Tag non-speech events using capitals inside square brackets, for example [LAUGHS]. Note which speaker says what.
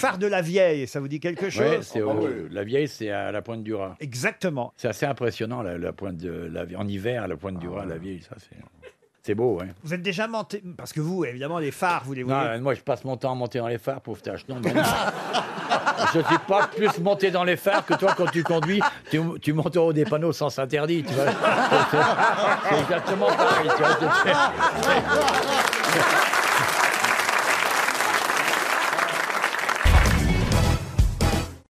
Speaker 1: Gare de la Vieille, ça vous dit quelque chose
Speaker 2: Ouais, c'est au- la vieille, c'est à la pointe du rat.
Speaker 1: Exactement.
Speaker 2: C'est assez impressionnant, la, la pointe de la en hiver, la pointe du rat, la vieille, ça c'est. C'est beau, ouais.
Speaker 1: Vous êtes déjà monté parce que vous, évidemment, les phares, vous les
Speaker 2: Non,
Speaker 1: voyez.
Speaker 2: euh, moi je passe mon temps à monter dans les phares, pauvre tâche. Non, mais non. [LAUGHS] je suis pas plus monté dans les phares que toi quand tu conduis, tu, tu montes en haut des panneaux sans s'interdit, tu vois. [LAUGHS] C'est- C'est exactement pareil. tu vois.